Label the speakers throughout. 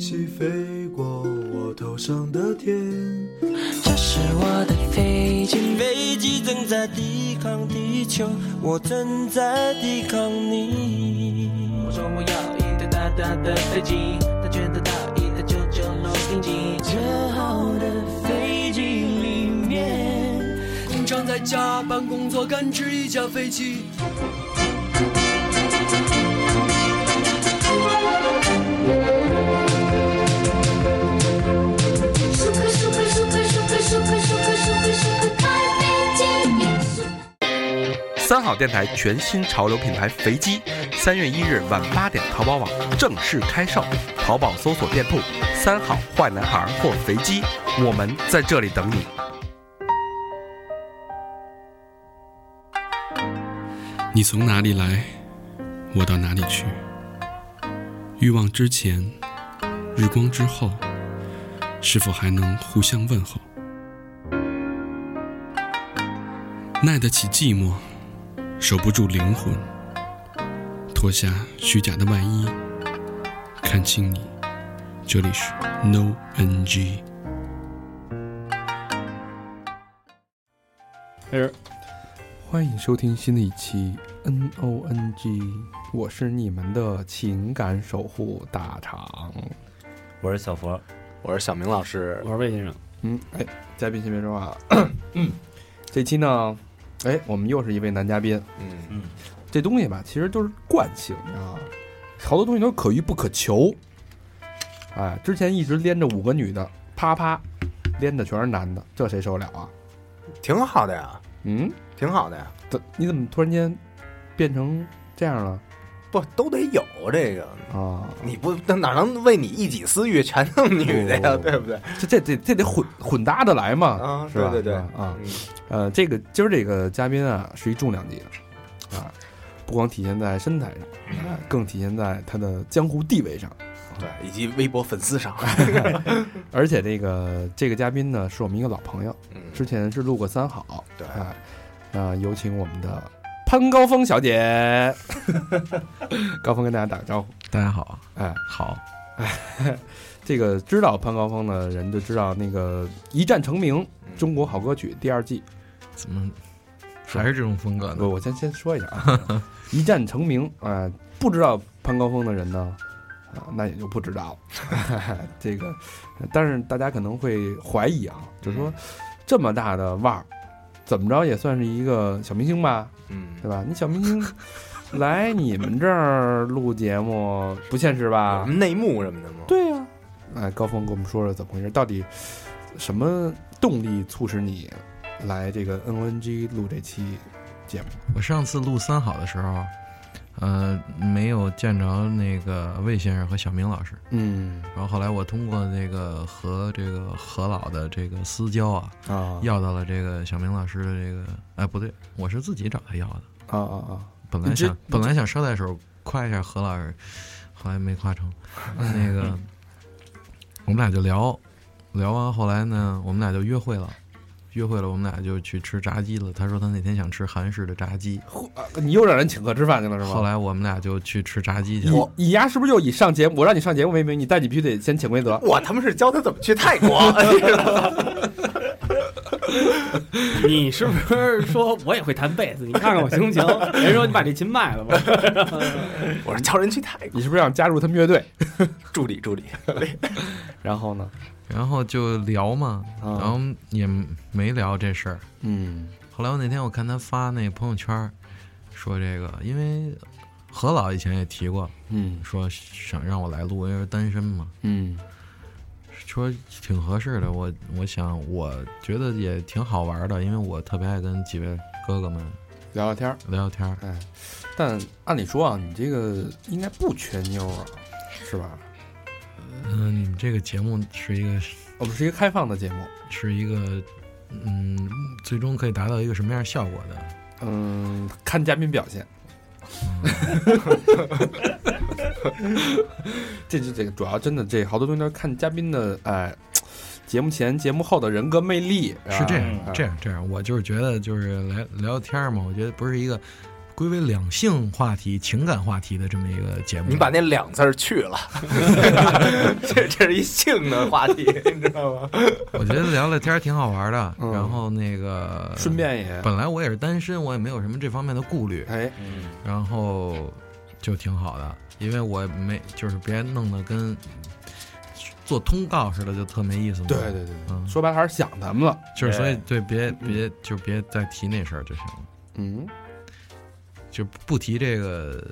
Speaker 1: 起飞过我头上的天。
Speaker 2: 这是我的飞机，飞机正在抵抗地球，我正在抵抗你。
Speaker 3: 我说我要一台大大的飞机，它全都到一台九九楼顶级。
Speaker 2: 这好的飞机里面，
Speaker 4: 经常在加班工作赶制一架飞机。
Speaker 5: 舒克舒克舒克舒克舒克舒克舒克舒克开飞机，舒
Speaker 6: 三好电台全新潮流品牌肥鸡，三月一日晚八点，淘宝网正式开售。淘宝搜索店铺“三好坏男孩”或“肥鸡”，我们在这里等你。
Speaker 7: 你从哪里来，我到哪里去。欲望之前，日光之后，是否还能互相问候？耐得起寂寞，守不住灵魂。脱下虚假的外衣，看清你。这里是 No NG。
Speaker 8: 开始，欢迎收听新的一期 N O N G，我是你们的情感守护大厂。
Speaker 9: 我是小佛，
Speaker 10: 我是小明老师，
Speaker 11: 我是魏先生，
Speaker 8: 嗯，哎，嘉宾先别说 话。这期呢，嗯哎，我们又是一位男嘉宾。
Speaker 10: 嗯，
Speaker 8: 这东西吧，其实都是惯性，你知道吗？好多东西都是可遇不可求。哎，之前一直连着五个女的，啪啪，连的全是男的，这谁受得了啊？
Speaker 10: 挺好的呀，
Speaker 8: 嗯，
Speaker 10: 挺好的呀，
Speaker 8: 怎你怎么突然间变成这样了
Speaker 10: 不都得有这个？
Speaker 8: 啊？
Speaker 10: 你不那哪能为你一己私欲全弄女的呀，
Speaker 8: 不
Speaker 10: 对不对？
Speaker 8: 这这这这得混混搭的来嘛，
Speaker 10: 啊，
Speaker 8: 是
Speaker 10: 对
Speaker 8: 吧？
Speaker 10: 对对
Speaker 8: 是吧啊，
Speaker 10: 嗯
Speaker 8: 呃，这个今儿这个嘉宾啊是一重量级的啊，不光体现在身材上，啊更体现在他的江湖地位上。
Speaker 10: 对，以及微博粉丝上，
Speaker 8: 而且这个这个嘉宾呢，是我们一个老朋友，
Speaker 10: 嗯，
Speaker 8: 之前是录过三好，
Speaker 10: 对
Speaker 8: 啊，那有请我们的潘高峰小 姐，高峰跟大家打个招呼，
Speaker 11: 大家好，
Speaker 8: 哎，
Speaker 11: 好，
Speaker 8: 这个知道潘高峰的人就知道那个一战成名《
Speaker 10: 嗯
Speaker 8: 中国好歌曲》第二季，
Speaker 11: 怎么还是这种风格呢
Speaker 8: 我？我先先说一下啊，一战成名啊、呃不知道潘高峰的人呢，啊、那也就不知道了。 这个，但是大家可能会怀疑啊，就说这么大的腕儿，怎么着也算是一个小明星吧，
Speaker 10: 嗯
Speaker 8: 对，吧？你小明星来你们这儿录节目不现实
Speaker 10: 有
Speaker 8: 吧
Speaker 10: 什？么内幕什么的吗？
Speaker 8: 啊对呀、哎，高峰跟我们说说怎么回事，到底什么动力促使你来这个 NNG 录这期节目？
Speaker 12: 我上次录三好的时候，呃，没有见着那个魏先生和小明老师。
Speaker 8: 嗯
Speaker 12: 然后后来我通过那个和这个何老的这个私交啊，
Speaker 8: 啊
Speaker 12: 要到了这个小明老师的这个，哎，不对，我是自己找他要的。
Speaker 8: 啊啊啊！
Speaker 12: 本来
Speaker 8: 你这
Speaker 12: 想本来想捎带手夸一下何老师，后来没夸成。那个，我们俩就聊，聊完后来呢，我们俩就约会了。约会了，我们俩就去吃炸鸡了。他说他那天想吃韩式的炸鸡，
Speaker 8: 啊你又让人请客吃饭去了是吗？
Speaker 12: 后来我们俩就去吃炸鸡去了。
Speaker 8: 你你丫是不是又以上节目？我让你上节目为名，你但你必须得先潜规 则。
Speaker 10: 我他妈是教他怎么去泰国，你知道吗
Speaker 11: 你是不是说我也会弹贝斯？你看看我行不行？人说你把这琴卖了吧。
Speaker 10: 我是教人去泰国，
Speaker 8: 你是不是想加入他们乐队？
Speaker 10: 助理助理，
Speaker 8: 然后呢？
Speaker 12: 然后就聊嘛，
Speaker 8: 啊
Speaker 12: 然后也没聊这事儿。
Speaker 8: 嗯
Speaker 12: 后来我那天我看他发那朋友圈儿，说这个，因为何老以前也提过，
Speaker 8: 嗯
Speaker 12: 说想让我来录，因为是单身嘛，
Speaker 8: 嗯
Speaker 12: 说挺合适的。我我想我觉得也挺好玩的，因为我特别爱跟几位哥哥们
Speaker 8: 聊聊天儿。
Speaker 12: 聊聊天儿。
Speaker 8: 哎，但按理说啊，你这个应该不缺妞啊，是吧？
Speaker 12: 嗯，你们这个节目是一个
Speaker 8: 我哦们是一个开放的节目，
Speaker 12: 是一个，嗯，最终可以达到一个什么样的效果的？
Speaker 8: 嗯，看嘉宾表 现。这就这个主要真的这好多东西都是看嘉宾的哎，节目前节目后的人格魅力
Speaker 12: 是这样
Speaker 8: 啊，
Speaker 12: 这样，这样，我就是觉得就是来聊天儿嘛，我觉得不是一个归为两性话题、情感话题的这么一个节目。
Speaker 10: 你把那两字儿去了，这这是一性的话题，你知道吗？
Speaker 12: 我觉得聊聊天儿挺好 玩的，然后那个
Speaker 8: 嗯顺便也
Speaker 12: 本来我也是单身，我也没有什么这方面的顾虑，
Speaker 8: 哎，
Speaker 12: 然后就挺好的，因为我没就是别弄得跟做通告似的，就特没意思嘛。
Speaker 8: 对对对，
Speaker 12: 嗯，
Speaker 8: 说白了还是想咱们了，
Speaker 12: 就是所
Speaker 8: 哎
Speaker 12: 以对，别别就别再提那事儿就行了，
Speaker 8: 嗯，
Speaker 12: 就不提这个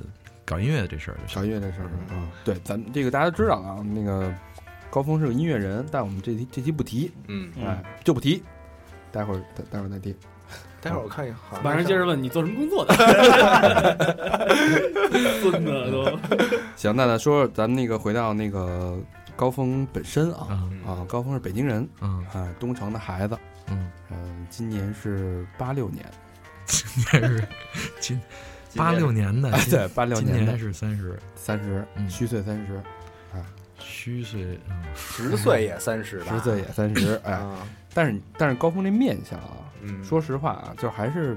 Speaker 12: 搞音乐这事儿就行。
Speaker 8: 搞音乐这事儿啊，对，咱们这个大家都知道了啊，那个高峰是个音乐人，但我们这期这期不提，
Speaker 10: 嗯
Speaker 8: 哎，就不提，待会儿待待会儿再提。
Speaker 10: 待会儿我看一下，好像
Speaker 11: 晚上接着问你做什么工作的，孙子都。
Speaker 8: 行，那咱说咱们那个回到那个高峰本身啊啊，高峰是北京人，
Speaker 12: 嗯
Speaker 8: 啊，东城的孩子，
Speaker 12: 嗯
Speaker 8: 嗯，今年是八六 年，
Speaker 12: 今年是今
Speaker 8: 今
Speaker 12: 八
Speaker 8: 年是，
Speaker 12: 六年的
Speaker 8: 哎对86
Speaker 12: 今
Speaker 8: 年的
Speaker 12: 年是三十，
Speaker 8: 三十虚岁三十，啊，
Speaker 12: 虚岁嗯
Speaker 10: 十岁也三十吧，啊
Speaker 8: 十岁也三十，哎，但是但是高峰这面相啊，
Speaker 10: 嗯
Speaker 8: 说实话啊，就还是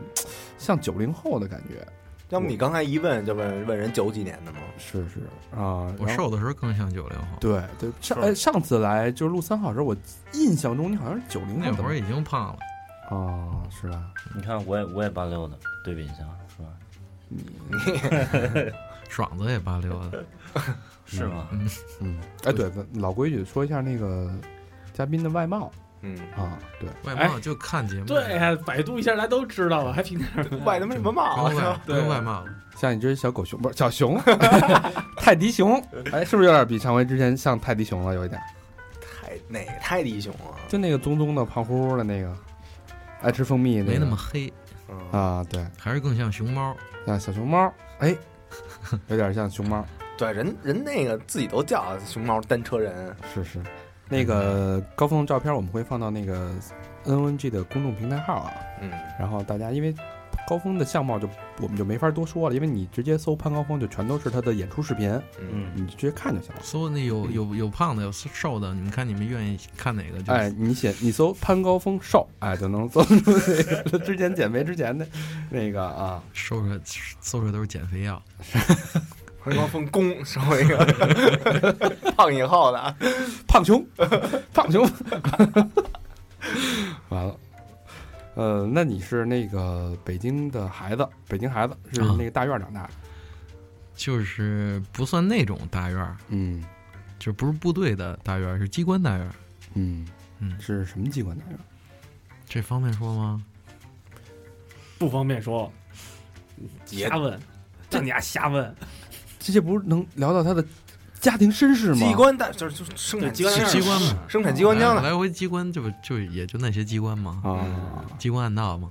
Speaker 8: 像九零后的感觉，
Speaker 10: 要不你刚才一问就问问人九几年的吗？
Speaker 8: 是是啊，
Speaker 12: 我
Speaker 8: 然后
Speaker 12: 瘦的时候更像九零后，
Speaker 8: 对对，上哎上次来就是录三好的时候，我印象中你好像是九零后
Speaker 12: 那
Speaker 8: 的
Speaker 12: 会儿已经胖了。
Speaker 8: 哦，是吧？
Speaker 9: 你看我也我也八六的，对比一下是吧？
Speaker 12: 爽子也八六 的，
Speaker 9: 是吗？
Speaker 12: 嗯
Speaker 8: 嗯，哎，对，老规矩，说一下那个嘉宾的外貌
Speaker 10: 嗯
Speaker 8: 啊，对，
Speaker 12: 外貌就看
Speaker 8: 哎
Speaker 12: 节目，
Speaker 11: 对呀，百度一下，大家都知道了，还凭什么？
Speaker 10: 外他妈什么啊
Speaker 12: 不
Speaker 10: 帽
Speaker 12: 用外
Speaker 10: 子？
Speaker 12: 不用外貌了，
Speaker 8: 像你这只小狗熊，不是小 熊，泰迪熊，哎，是不是有点比上回之前像泰迪熊了？有一点，
Speaker 10: 太哪个泰迪熊啊？
Speaker 8: 就那个棕棕的、胖乎乎的那个，爱吃蜂蜜、那个，
Speaker 12: 没那么黑，
Speaker 10: 嗯
Speaker 8: 啊，对，
Speaker 12: 还是更像熊猫。
Speaker 8: 像小熊猫，哎，有点像熊猫，
Speaker 10: 对，人人那个自己都叫啊熊猫单车人，
Speaker 8: 是是。那个高峰照片我们会放到那个 N O N G 的公众平台号啊，
Speaker 10: 嗯，
Speaker 8: 然后大家因为高峰的相貌就我们就没法多说了，因为你直接搜潘高峰就全都是他的演出视频，
Speaker 10: 嗯，
Speaker 8: 你直接看就行了。
Speaker 12: 搜那
Speaker 8: 嗯
Speaker 12: 有有有胖的，有瘦的，你们看你们愿意看哪个就？
Speaker 8: 哎，，你写你搜潘高峰瘦，哎，就能搜 出那个他之前减肥之前的那个啊。
Speaker 12: 瘦着瘦着都是减肥药。
Speaker 10: 回光分工收一个胖以后的啊，
Speaker 8: 胖熊，胖熊， 完了。呃，那你是那个北京的孩子，北京孩子是
Speaker 12: 啊
Speaker 8: 那个大院长大的，
Speaker 12: 就是不算那种大院儿，
Speaker 8: 嗯
Speaker 12: 就不是部队的大院儿，是机关大院儿。
Speaker 8: 嗯
Speaker 12: 嗯，
Speaker 8: 是什么机关大院？
Speaker 12: 这方便说吗？
Speaker 11: 不方便说，瞎问，这你丫瞎问，
Speaker 8: 这些不是能聊到他的家庭身世吗？嗯
Speaker 10: 机关大就是就是生产
Speaker 11: 对机关
Speaker 12: 是机关嘛，
Speaker 10: 生产机关枪
Speaker 12: 来
Speaker 10: 的，
Speaker 12: 来回机关就就也就那些机关嘛，嗯
Speaker 8: 啊，
Speaker 12: 机关暗道嘛。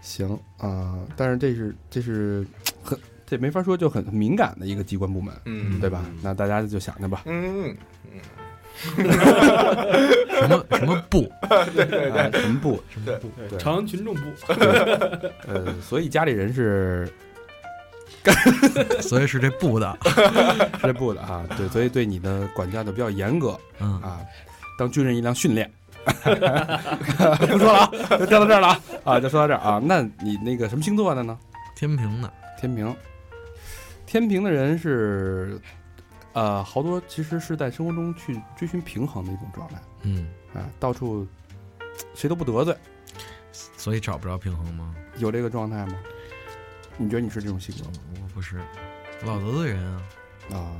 Speaker 8: 行啊、但是这是这是很这没法说，就很很敏感的一个机关部门，
Speaker 10: 嗯
Speaker 8: 对吧？那大家就想去 吧，
Speaker 10: 嗯，
Speaker 12: 什么 什么部，
Speaker 8: 啊什么部？
Speaker 10: 对，
Speaker 8: 对
Speaker 11: 朝阳群众部，
Speaker 8: 呃，所以家里人是
Speaker 12: 所以是这部的。
Speaker 8: 是这部的啊，对，所以对你的管教就比较严格
Speaker 12: 嗯，
Speaker 8: 啊，当军人一样训练。 不说了啊，就跳到这儿了啊，啊，就说到这儿啊。那你那个什么星座的呢？
Speaker 12: 天平的，
Speaker 8: 天平，天平的人是，呃，好多其实是在生活中去追寻平衡的一种状态
Speaker 12: 嗯，
Speaker 8: 啊，到处谁都不得罪，
Speaker 12: 所以找不着平衡吗？
Speaker 8: 有这个状态吗？你觉得你是这种性格吗？
Speaker 12: 我不是，老得罪人啊。
Speaker 8: 啊，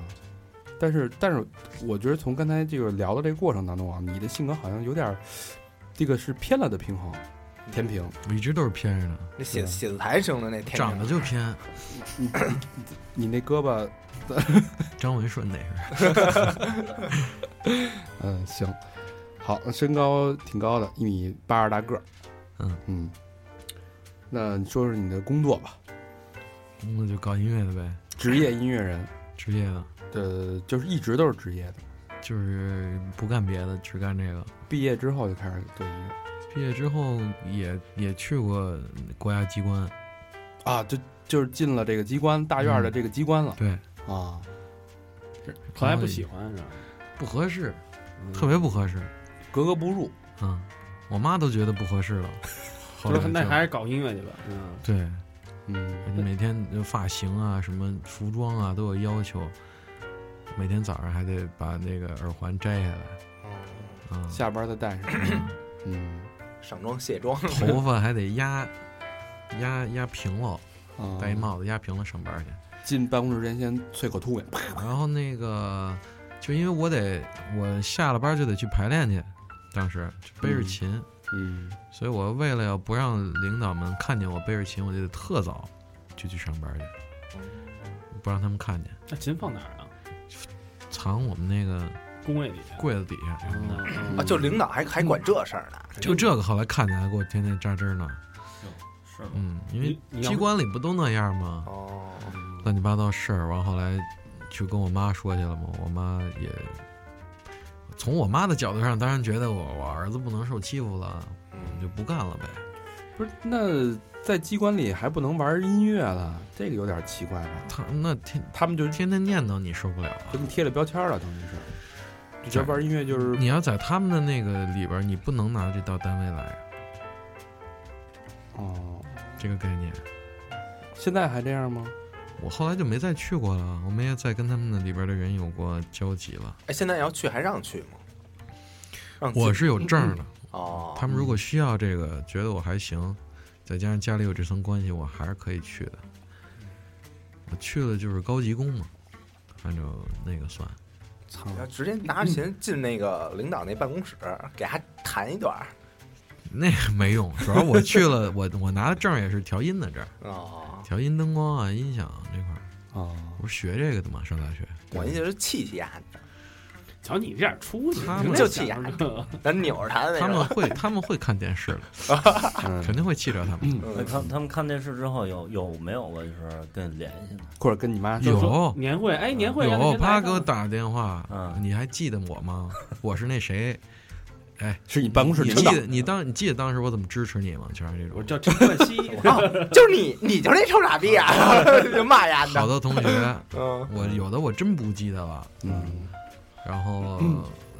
Speaker 8: 但是但是，我觉得从刚才这个聊的这个过程当中啊，你的性格好像有点儿，这个是偏了的平衡，天平，嗯
Speaker 12: 我一直都是偏着的，
Speaker 10: 那写写字台生的那天
Speaker 12: 长得就偏。
Speaker 8: 你那胳膊，
Speaker 12: 张文顺那是，
Speaker 8: 嗯，行，好，身高挺高的，一米八十大个儿，
Speaker 12: 嗯
Speaker 8: 嗯，那你说说你的工作吧，
Speaker 12: 那就搞音乐的呗，
Speaker 8: 职业音乐人，
Speaker 12: 职业的，
Speaker 8: 呃，就是一直都是职业的，
Speaker 12: 就是不干别的，只干这个。
Speaker 8: 毕业之后就开始做音乐
Speaker 12: 毕业之后也也去过国家机关，
Speaker 8: 啊，就就是进了这个机关大院儿的这个机关了、
Speaker 12: 对，
Speaker 8: 啊，
Speaker 11: 后来不喜欢是吧？嗯
Speaker 12: 不合适，特别不合适。
Speaker 8: 格格不入，
Speaker 12: 嗯，我妈都觉得不合适了，后
Speaker 11: 就是
Speaker 12: 来
Speaker 11: 那
Speaker 12: 就
Speaker 11: 还是搞音乐去吧。嗯，
Speaker 12: 对，
Speaker 8: 嗯，
Speaker 12: 每天就发型啊、什么服装啊都有要求，每天早上还得把那个耳环摘下来，啊、
Speaker 8: 下班再戴上， 嗯，
Speaker 10: 上妆卸妆，
Speaker 12: 头发还得压压压平了
Speaker 8: 啊，
Speaker 12: 戴一帽子压平了上班去。
Speaker 8: 进办公室之前先啐口吐沫，
Speaker 12: 然后那个，就因为我得我下了班就得去排练去，当时就背着琴，
Speaker 8: 嗯，
Speaker 12: 所以我为了要不让领导们看见我背着琴，我就得特早就去上班去，不让他们看见，
Speaker 11: 那琴放哪儿啊？
Speaker 12: 藏我们那个
Speaker 11: 工位里，嗯
Speaker 12: 柜子底下。
Speaker 8: 嗯
Speaker 10: 啊，就领导
Speaker 12: 嗯
Speaker 10: 还还管这事儿呢，
Speaker 12: 就这个后来看见还给我天天扎针呢，
Speaker 11: 是
Speaker 12: 嗯，因为
Speaker 10: 你你要
Speaker 12: 机关里不都那样吗？
Speaker 10: 哦，
Speaker 12: 乱七八糟事儿，完后来就跟我妈说去了嘛，我妈也从我妈的角度上，当然觉得我我儿子不能受欺负了，我们就不干了呗。
Speaker 8: 不是那在机关里还不能玩音乐了，这个有点奇怪吧？
Speaker 12: 他那天
Speaker 8: 他们就
Speaker 12: 天天念叨你受不了、啊
Speaker 8: 给你贴了标签了，等于是，你这玩音乐就是
Speaker 12: 你要在他们的那个里边儿，你不能拿这到单位来。
Speaker 8: 哦，
Speaker 12: 这个概念，
Speaker 8: 现在还这样吗？
Speaker 12: 我后来就没再去过了，我没有再跟他们那里边的人有过交集了。
Speaker 10: 哎，现在要去还让去吗？让进
Speaker 12: 我是有证儿的。
Speaker 10: 哦，
Speaker 12: 他们如果需要这个，觉得我还行，再加上家里有这层关系，我还是可以去的。我去了就是高级工嘛，按照那个算。
Speaker 10: 要直接拿着
Speaker 12: 嗯
Speaker 10: 琴进那个领导那办公室，给他弹一段儿
Speaker 12: 那个没用，主要我去了，我我拿的证儿也是调音的证儿，
Speaker 8: 嗯
Speaker 10: 哦，
Speaker 12: 调音、灯光啊、音响这块儿。
Speaker 8: 哦，
Speaker 12: 我是学这个的嘛，上大学。
Speaker 10: 我那就是气气压着，
Speaker 11: 瞧你这点出息，
Speaker 12: 他们
Speaker 10: 就气压 着，咱扭着弹那
Speaker 12: 他们
Speaker 10: 种。
Speaker 12: 会他们会看电 视的，
Speaker 8: 嗯
Speaker 12: 肯定会气着他们。
Speaker 9: 那
Speaker 10: 嗯
Speaker 9: 他他们看电视之后有有没有过就是跟联系呢？
Speaker 8: 或者跟你妈
Speaker 10: 哦
Speaker 12: 有
Speaker 11: 年会，
Speaker 10: 嗯
Speaker 11: 哎，年嗯会让那
Speaker 12: 有，
Speaker 11: 些
Speaker 12: 啪
Speaker 11: 来
Speaker 12: 给我打电话，
Speaker 8: 嗯
Speaker 12: 你还记得我吗？我是那谁，哎，
Speaker 8: 是你办公室
Speaker 12: 你
Speaker 8: 领
Speaker 12: 记
Speaker 8: 导
Speaker 12: 得你当你记得当时我怎么支持你吗？全是这种，我
Speaker 11: 叫陈冠希，
Speaker 10: 哦，就是你，你就是那臭傻逼啊！ 就骂丫的。
Speaker 12: 嗯好多同学，
Speaker 10: 嗯
Speaker 12: 我有的我真不记得了，
Speaker 8: 嗯，
Speaker 12: 然后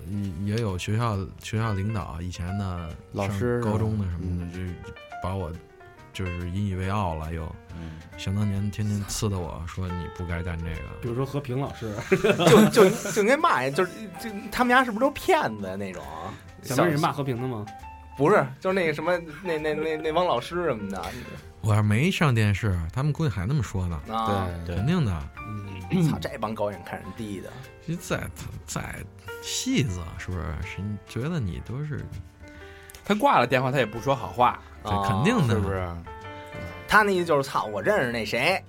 Speaker 12: 也也有学校学校领导以前的
Speaker 8: 老师嗯
Speaker 12: 高中的什么的，就把我就是引以为傲了，又
Speaker 8: 嗯
Speaker 12: 想当年天天刺的我说你不该干这个，
Speaker 11: 比如说和平老师，
Speaker 10: 就就就应该骂呀，就是就他们家是不是都骗子呀那种？
Speaker 11: 小明，你骂和平的吗？
Speaker 10: 不是，就是那个什么，那那那那帮老师什么的。
Speaker 12: 我要没上电视，他们估计还那么说呢，
Speaker 10: 啊对
Speaker 12: 肯定的。嗯
Speaker 10: 操，这帮狗眼看人低的，
Speaker 12: 其实再再戏子是不是？是你觉得你都是
Speaker 8: 他挂了电话，他也不说好话，
Speaker 12: 对肯定的
Speaker 8: 哦是不是？
Speaker 10: 啊他那意思就是操，我认识那谁，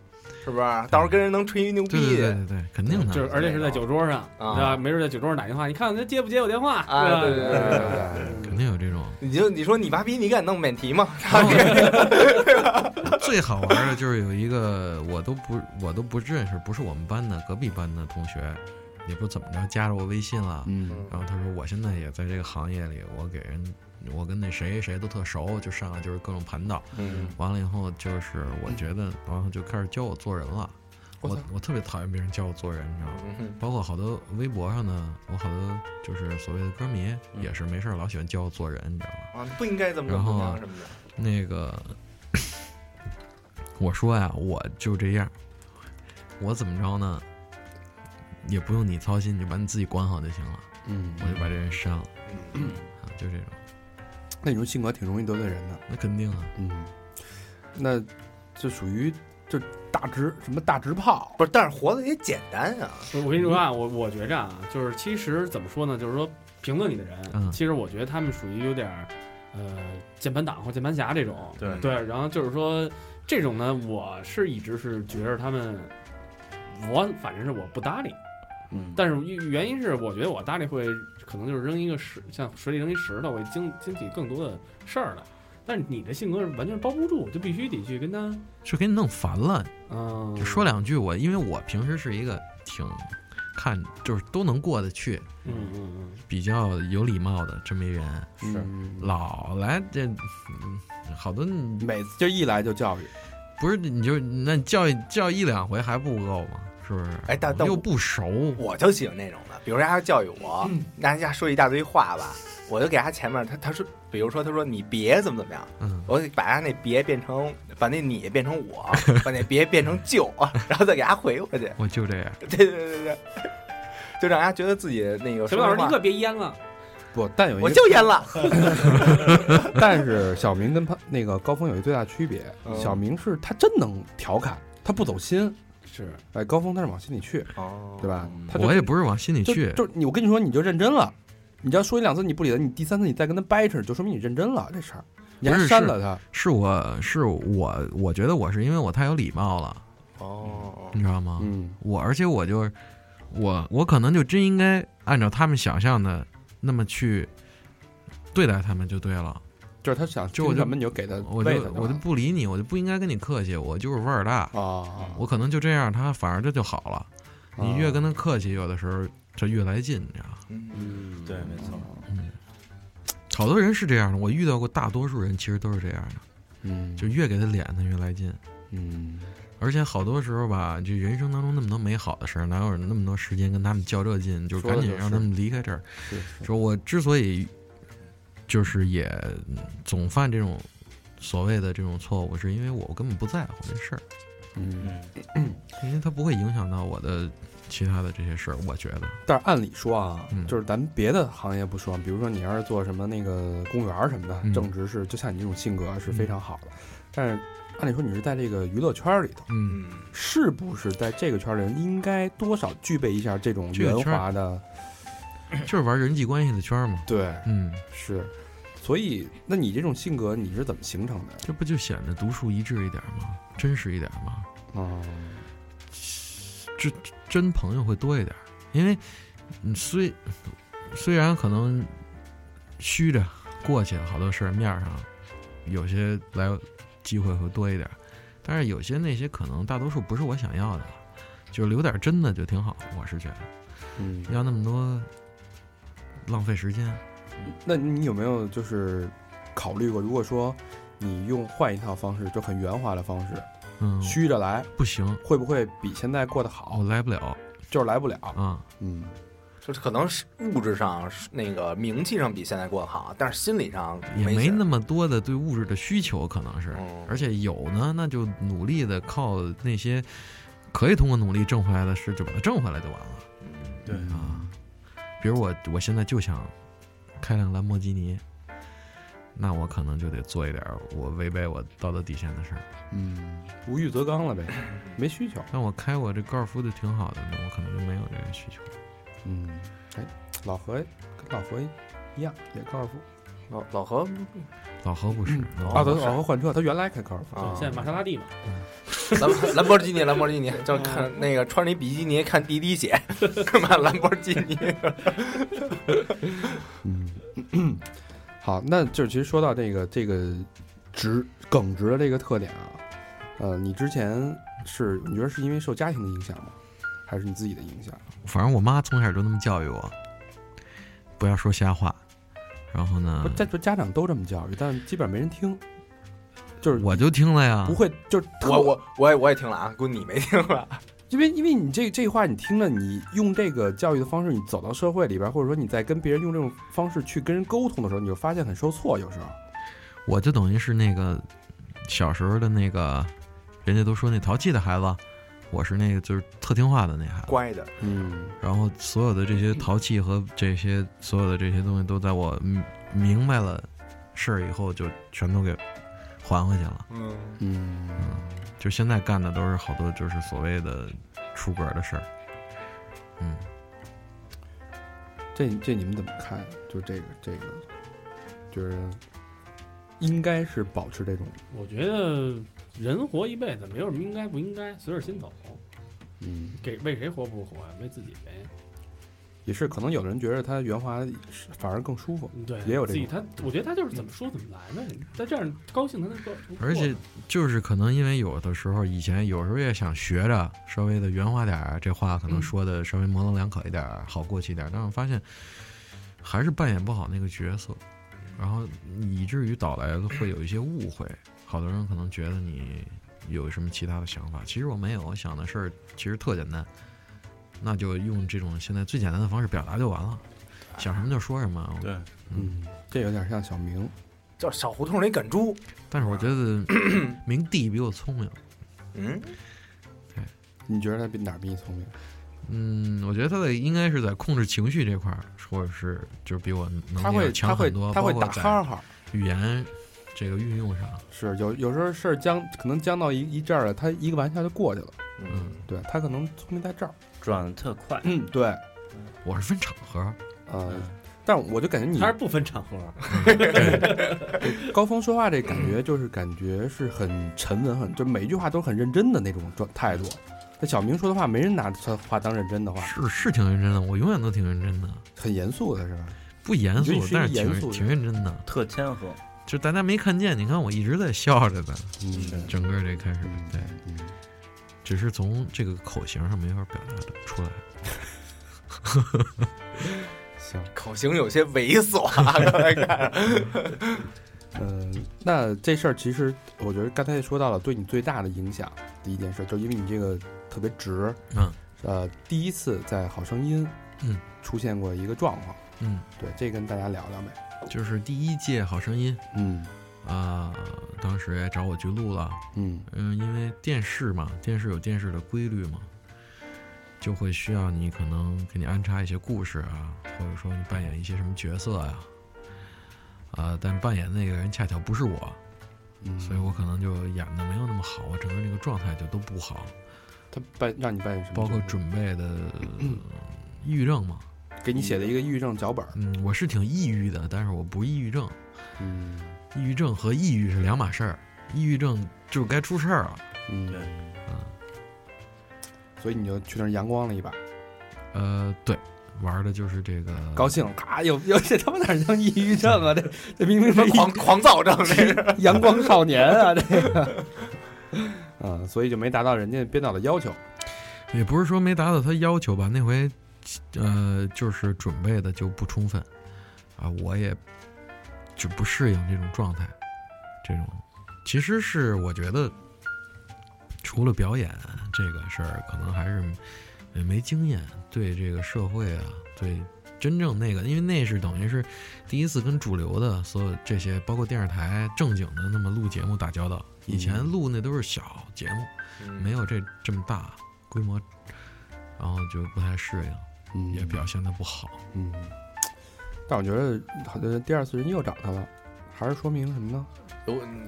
Speaker 10: 是不是？到时候跟人能吹牛逼去。
Speaker 12: 对，肯定
Speaker 11: 就是而且是在酒桌上，
Speaker 10: 啊
Speaker 11: 对吧？没准在酒桌上打电话，你看看他接不接我电话
Speaker 10: 啊
Speaker 11: 吧
Speaker 10: 对对对对对
Speaker 12: 肯定有这种。
Speaker 10: 你就你说你妈逼，你敢弄免提吗？
Speaker 12: 最好玩的就是有一个我都不我都不认识，不是我们班的，隔壁班的同学，也不知道怎么着加着我微信了。
Speaker 8: 嗯，
Speaker 12: 然后他说我现在也在这个行业里，我给人我跟那谁谁都特熟，就上来就是各种盘道。
Speaker 8: 嗯，
Speaker 12: 完了以后就是我觉得，然后就开始教我做人了。我我特别讨厌别人教我做人，你知道吗？
Speaker 10: 嗯
Speaker 12: 包括好多微博上呢，我好多就是所谓的歌迷也是没事儿老喜欢教我做人，你知道
Speaker 10: 啊，
Speaker 12: 吗？
Speaker 10: 不应该这么怎
Speaker 12: 然
Speaker 10: 么
Speaker 12: 后
Speaker 10: 样
Speaker 12: 啊
Speaker 10: 什么的。
Speaker 12: 那个，我说呀，我就这样，我怎么着呢？也不用你操心，你就把你自己管好就行了。
Speaker 8: 嗯
Speaker 12: 我就把这人删了。
Speaker 10: 嗯
Speaker 12: 啊，就这种，
Speaker 8: 那你说性格挺容易得罪人的，
Speaker 12: 那肯定啊。
Speaker 8: 嗯，那就属于就大直什么大直炮，
Speaker 10: 不是？但是活得也简单啊。
Speaker 11: 不是，我跟你说啊，我我觉着啊，就是其实怎么说呢，就是说评论你的人，
Speaker 12: 嗯
Speaker 11: 其实我觉得他们属于有点儿呃键盘党或键盘侠这种，
Speaker 9: 对
Speaker 11: 对，然后就是说这种呢，我是一直是觉着他们，我反正是我不搭理。
Speaker 8: 嗯，
Speaker 11: 但是原因是，我觉得我搭理会可能就是扔一个石，像水里扔一石头，会经经起更多的事儿来。但是你的性格是完全包不住，就必须得去跟他，
Speaker 12: 就给你弄烦了。
Speaker 11: 嗯，
Speaker 12: 就说两句我，因为我平时是一个挺看就是都能过得去，
Speaker 11: 嗯嗯嗯，
Speaker 12: 比较有礼貌的这么一人，
Speaker 8: 是
Speaker 12: 老来这、嗯好多
Speaker 8: 每次就一来就教育，
Speaker 12: 不是你就那你教育教育一两回还不够吗？是不是？
Speaker 10: 哎但但
Speaker 12: 又
Speaker 10: 我
Speaker 12: 不熟，
Speaker 10: 我就喜欢那种的，比如人家教育我，那人家说一大堆话吧，我就给他前面，他他说，比如说他说你别怎么怎么样，
Speaker 12: 嗯
Speaker 10: 我把他那别变成，把那你变成我，把那别变成就， 然后再给他回回去。
Speaker 12: 我就这
Speaker 8: 哎
Speaker 12: 样。
Speaker 10: 对对对对，就让大家觉得自己那个
Speaker 11: 小
Speaker 10: 说
Speaker 11: 明
Speaker 10: 话。
Speaker 11: 老师，你可别淹了。
Speaker 12: 啊
Speaker 8: 不，但有一个
Speaker 10: 我就淹了
Speaker 8: 但是小明跟潘那个高峰有一最大区别，
Speaker 10: 嗯
Speaker 8: 小明是他真能调侃，他不走心。
Speaker 11: 是，
Speaker 8: 哎，高峰他是嗯往心里去，
Speaker 10: 哦，
Speaker 8: 对吧？他就
Speaker 12: 我也不是往心里去，
Speaker 8: 就就你我跟你说，你就认真了。你只要说一两次你不理他，你第三次你再跟他掰扯，就说明你认真了这事儿。你还
Speaker 12: 不是啊
Speaker 8: 删了他，
Speaker 12: 是我是我，我觉得我是因为我太有礼貌了，
Speaker 10: 哦，
Speaker 12: 你知道吗？
Speaker 8: 嗯，
Speaker 12: 我而且我就是我我可能就真应该按照他们想象的那么去对待他们就对了。
Speaker 8: 就是他想
Speaker 12: 就我
Speaker 8: 听
Speaker 12: 就
Speaker 8: 什么你就给他
Speaker 12: 我
Speaker 8: 喂
Speaker 12: 就
Speaker 8: 他就
Speaker 12: 我就
Speaker 8: 完
Speaker 12: 不理你，我就不应该跟你客气，我就是味儿大
Speaker 8: 啊，
Speaker 12: 我可能就这样，他反而这就好了。
Speaker 8: 哦
Speaker 12: 你越跟他客气，有的时候这越来劲，你知道吗？
Speaker 9: 嗯，对，没错。
Speaker 12: 好多人是这样的，我遇到过大多数人其实都是这样的，
Speaker 8: 嗯，
Speaker 12: 就越给他脸，他越来劲，
Speaker 8: 嗯，
Speaker 12: 而且好多时候吧，就人生当中那么多美好的事儿，哪有那么多时间跟他们较这劲？就赶紧让他们离开这儿。
Speaker 8: 是是
Speaker 12: 说我之所以就是也嗯总犯这种所谓的这种错误，是因为我根本不在乎这事儿，
Speaker 8: 嗯，
Speaker 12: 因为它不会影响到我的其他的这些事儿。我觉得，
Speaker 8: 但是按理说啊，
Speaker 12: 嗯
Speaker 8: 就是咱们别的行业不说，比如说你要是做什么那个公务员儿什么的，
Speaker 12: 嗯
Speaker 8: 正直是就像你这种性格是非常好的。但是按理说你是在这个娱乐圈儿里头，
Speaker 12: 嗯，
Speaker 8: 是不是在这个圈儿里人应该多少具备一下这种
Speaker 12: 这个
Speaker 8: 圆
Speaker 12: 圈儿
Speaker 8: 滑的？嗯
Speaker 12: 就是玩人际关系的圈儿嘛。
Speaker 8: 对，
Speaker 12: 嗯，
Speaker 8: 是。所以，那你这种性格你是怎么形成的？
Speaker 12: 这不就显得独树一帜一点儿吗？真实一点儿吗？
Speaker 8: 哦，
Speaker 12: 嗯这真朋友会多一点儿，因为嗯虽虽然可能虚着过去好多事儿面儿上，有些来机会会多一点儿，但是有些那些可能大多数不是我想要的，就留点儿真的就挺好，我是觉得
Speaker 8: 嗯，
Speaker 12: 要那么多浪费时间。
Speaker 8: 那你有没有就是考虑过，如果说你用换一套方式，就很圆滑的方式，
Speaker 12: 嗯，
Speaker 8: 虚着来，
Speaker 12: 不行，
Speaker 8: 会不会比现在过得好？
Speaker 12: 我来不了
Speaker 8: 就是来不了。
Speaker 12: 啊。
Speaker 8: 嗯，
Speaker 10: 就是可能是物质上、是那个名气上比现在过得好，但是心理上
Speaker 12: 也
Speaker 10: 没
Speaker 12: 没
Speaker 10: 事儿
Speaker 12: 那么多的对物质的需求，可能是，
Speaker 8: 哦
Speaker 12: 而且有呢，那就努力的靠那些可以通过努力挣回来的事，就把它挣回来就完了。
Speaker 9: 对
Speaker 8: 嗯
Speaker 12: 啊，比如我我现在就想开辆兰博基尼，那我可能就得做一点我违背我道德底线的事儿。
Speaker 8: 嗯，无欲则刚了呗，没需求。
Speaker 12: 但我开我这高尔夫就挺好的，那我可能就没有这个需求。
Speaker 8: 嗯，哎，老何跟老何一样也高尔夫。
Speaker 10: 老老何
Speaker 12: 老何不是，
Speaker 8: 啊，对，老何换车，他原来开高尔夫。
Speaker 10: 啊
Speaker 11: 现在玛莎拉蒂嘛，
Speaker 10: 兰兰博基尼，兰博基尼，就是看那个穿着一比基尼看滴滴 血，买兰博基 尼。
Speaker 8: 嗯，好，那就是其实说到这个这个直耿直的这个特点啊，呃，你之前是你觉得是因为受家庭的影响吗？还是你自己的影响？
Speaker 12: 反正我妈从小就那么教育我，不要说瞎话。然后呢
Speaker 8: 不，，在就家长都这么教育，但基本上没人听，就是
Speaker 12: 我就听了呀，
Speaker 8: 不会，就是特
Speaker 10: 我我我也我也听了啊，估计你没听吧？
Speaker 8: 因为因为你这这话你听了，你用这个教育的方式，你走到社会里边，或者说你在跟别人用这种方式去跟人沟通的时候，你就发现很受挫，有时候。
Speaker 12: 我就等于是那个小时候的那个，人家都说那淘气的孩子，我是那个就是特听话的那孩子。
Speaker 10: 乖的，
Speaker 8: 嗯，
Speaker 12: 然后所有的这些淘气和这些所有的这些东西，都在我明明白了事儿以后，就全都给还回去了。
Speaker 10: 嗯
Speaker 8: 嗯，
Speaker 12: 就现在干的都是好多就是所谓的出格的事儿。嗯，
Speaker 8: 这这你们怎么看？就这个这个，就是应该是保持这种，
Speaker 11: 我觉得人活一辈子没有什么应该不应该，随着心走。
Speaker 8: 嗯，
Speaker 11: 给为谁活不活呀？为自己呗。
Speaker 8: 也是可能有的人觉得他圆滑是反而更舒服，
Speaker 11: 对，
Speaker 8: 也有这
Speaker 11: 自己
Speaker 8: 种，
Speaker 11: 他，我觉得他就是怎么说怎么来呗。他这样高兴，他
Speaker 8: 嗯
Speaker 11: 能够。
Speaker 12: 而且就是可能因为有的时候以前有时候也想学着稍微的圆滑点儿，啊这话可能说的稍微模棱两可一点儿，啊好过去一点儿，但我发现还是扮演不好那个角色，然后以至于导来的会有一些误会，好多人可能觉得你有什么其他的想法，其实我没有，我想的事儿其实特简单，那就用这种现在最简单的方式表达就完了，想什么就说什么，
Speaker 9: 对，
Speaker 8: 嗯，这有点像小明，
Speaker 10: 叫小胡同里赶猪。
Speaker 12: 但是我觉得明帝比我聪明。
Speaker 10: 嗯，
Speaker 8: 你觉得他比哪儿比你聪明？
Speaker 12: 嗯，我觉得他的应该是在控制情绪这块儿，或者是就是比我能力
Speaker 8: 他
Speaker 12: 要
Speaker 8: 会他
Speaker 12: 强
Speaker 8: 会
Speaker 12: 很多，
Speaker 8: 他会
Speaker 12: 包括
Speaker 8: 打
Speaker 12: 在
Speaker 8: 哈哈，
Speaker 12: 语言这个运用上，
Speaker 8: 是有有时候事儿僵，可能僵到一一阵儿了，他一个玩笑就过去了。嗯，对他可能聪明在这儿，
Speaker 9: 转的特快。
Speaker 8: 嗯，对，
Speaker 12: 我是分场合啊、
Speaker 8: 呃但我就感觉你
Speaker 11: 他是不分场合。
Speaker 8: 对高峰说话这感觉就是感觉是很沉稳，很就每一句话都很认真的那种状态度。但小明说的话，没人拿他话当认真的话，
Speaker 12: 是是挺认真的，我永远都挺认真的，
Speaker 8: 很严肃的是吧？
Speaker 12: 不严肃
Speaker 8: 你就，是
Speaker 12: 但是
Speaker 8: 一严肃的
Speaker 12: 挺挺认真的，
Speaker 9: 特谦和。
Speaker 12: 就大家没看见，你看我一直在笑着呢，
Speaker 8: 嗯，
Speaker 12: 整个这开始，对，只是从这个口型上没法表达的出来。
Speaker 8: 行，
Speaker 10: 口型有些猥琐 啊，刚才看。
Speaker 8: 嗯，那这事儿其实我觉得刚才也说到了，对你最大的影响的一件事，就因为你这个特别直，
Speaker 12: 嗯，
Speaker 8: 呃，第一次在《好声音》
Speaker 12: 嗯
Speaker 8: 出现过一个状况，
Speaker 12: 嗯，
Speaker 8: 对，这跟大家聊聊呗。
Speaker 12: 就是第一届好声音，
Speaker 8: 嗯，
Speaker 12: 啊、当时也找我去录了，
Speaker 8: 嗯
Speaker 12: 因为电视嘛，电视有电视的规律嘛，就会需要你可能给你安插一些故事啊，或者说你扮演一些什么角色呀、啊，但扮演那个人恰巧不是我，所以我可能就演的没有那么好，我整个那个状态就都不好，
Speaker 8: 他扮让你扮演什么？
Speaker 12: 包括准备的抑郁症嘛，
Speaker 8: 给你写了一个抑郁症脚本。
Speaker 12: 嗯，我是挺抑郁的，但是我不抑郁症。
Speaker 8: 嗯，
Speaker 12: 抑郁症和抑郁是两码事儿，抑郁症就是该出事儿了。
Speaker 8: 嗯，
Speaker 9: 对，
Speaker 12: 嗯
Speaker 8: 所以你就去那儿阳光了一把，
Speaker 12: 呃，对，玩的就是这个
Speaker 8: 高兴了，咔，有有这他妈哪像抑郁症 啊？这这明明是
Speaker 10: 狂狂躁 症，
Speaker 8: 这是阳光少年 啊，这个，嗯，所以就没达到人家编导的要求。
Speaker 12: 也不是说没达到他要求吧，那回，呃，就是准备的就不充分，啊，我也就不适应这种状态，这种其实是我觉得，除了表演这个事儿，可能还是呃没经验，对这个社会啊，对真正那个，因为那是等于是第一次跟主流的所有这些，包括电视台正经的那么录节目打交道，以前录那都是小节目。没有这这么大规模，然后就不太适应，也表现的不好。
Speaker 8: 嗯，但我觉得好像第二次人家又找他了，还是说明什么呢？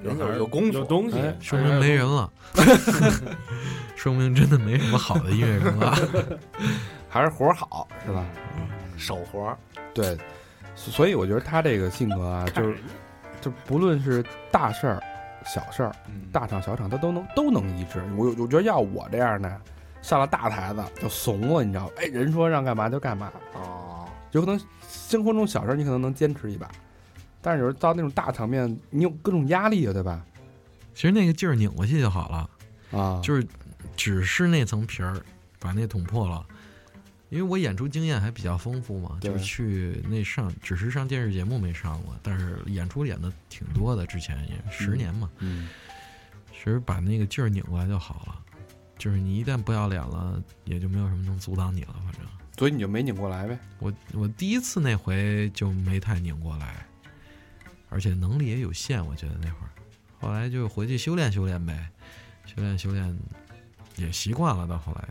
Speaker 10: 有人有有功夫，
Speaker 8: 哎
Speaker 12: 说明没人了， 说明真的没什么好的音乐人了。
Speaker 8: 还是活儿好是吧？
Speaker 10: 手活儿。
Speaker 8: 嗯对，所所以我觉得他这个性格啊，就是就不论是大事儿、小事儿、
Speaker 10: 嗯
Speaker 8: 大场小场，他都能都能一致。我我觉得要我这样的，上了大台子就怂了，你知道吧？哎，人说让干嘛就干嘛。
Speaker 10: 哦，
Speaker 8: 有可能生活中小事儿你可能能坚持一把，但是有时候到那种大场面，你有各种压力啊，对吧？
Speaker 12: 其实那个劲儿拧过去就好了
Speaker 8: 啊，
Speaker 12: 就是只是那层皮儿把那捅破了。因为我演出经验还比较丰富嘛，
Speaker 8: 对
Speaker 12: 就是去那上，只是上电视节目没上过，但是演出演的挺多的，之前也十年嘛，
Speaker 8: 嗯，
Speaker 12: 其实把那个劲儿拧过来就好了。就是你一旦不要脸了，也就没有什么能阻挡你了。反正
Speaker 8: 所以你就没拧过来呗。
Speaker 12: 我我第一次那回就没太拧过来，而且能力也有限，我觉得那会儿。后来就回去修炼修炼呗，修炼修炼，也习惯了。到后来，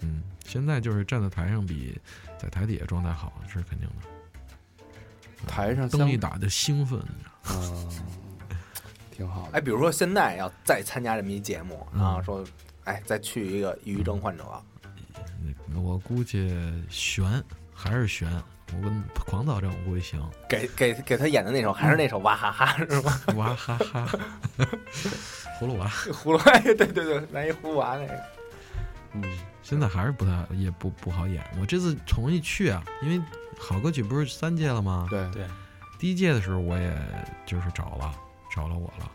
Speaker 12: 嗯，现在就是站在台上比在台底下状态好，这是肯定的。
Speaker 8: 台上
Speaker 12: 灯
Speaker 8: 相
Speaker 12: 一打就兴奋，
Speaker 8: 啊、挺好的。
Speaker 10: 哎，比如说现在要再参加这么一节目
Speaker 12: 嗯
Speaker 10: 啊，说，哎，再去一个抑郁症患者，
Speaker 12: 我估计悬还是悬。我跟狂躁症我估计行，
Speaker 10: 给给给他演的那首还是那首哇哈哈是吧？
Speaker 12: 娃哈哈， 葫芦娃。
Speaker 10: 葫芦娃，对对对，来一葫芦娃那个。
Speaker 8: 嗯，
Speaker 12: 现在还是不太也不不好演。我这次同意去啊，因为好歌曲不是三届了吗？
Speaker 8: 对
Speaker 11: 对，
Speaker 12: 第一届的时候我也就是找了找了我了，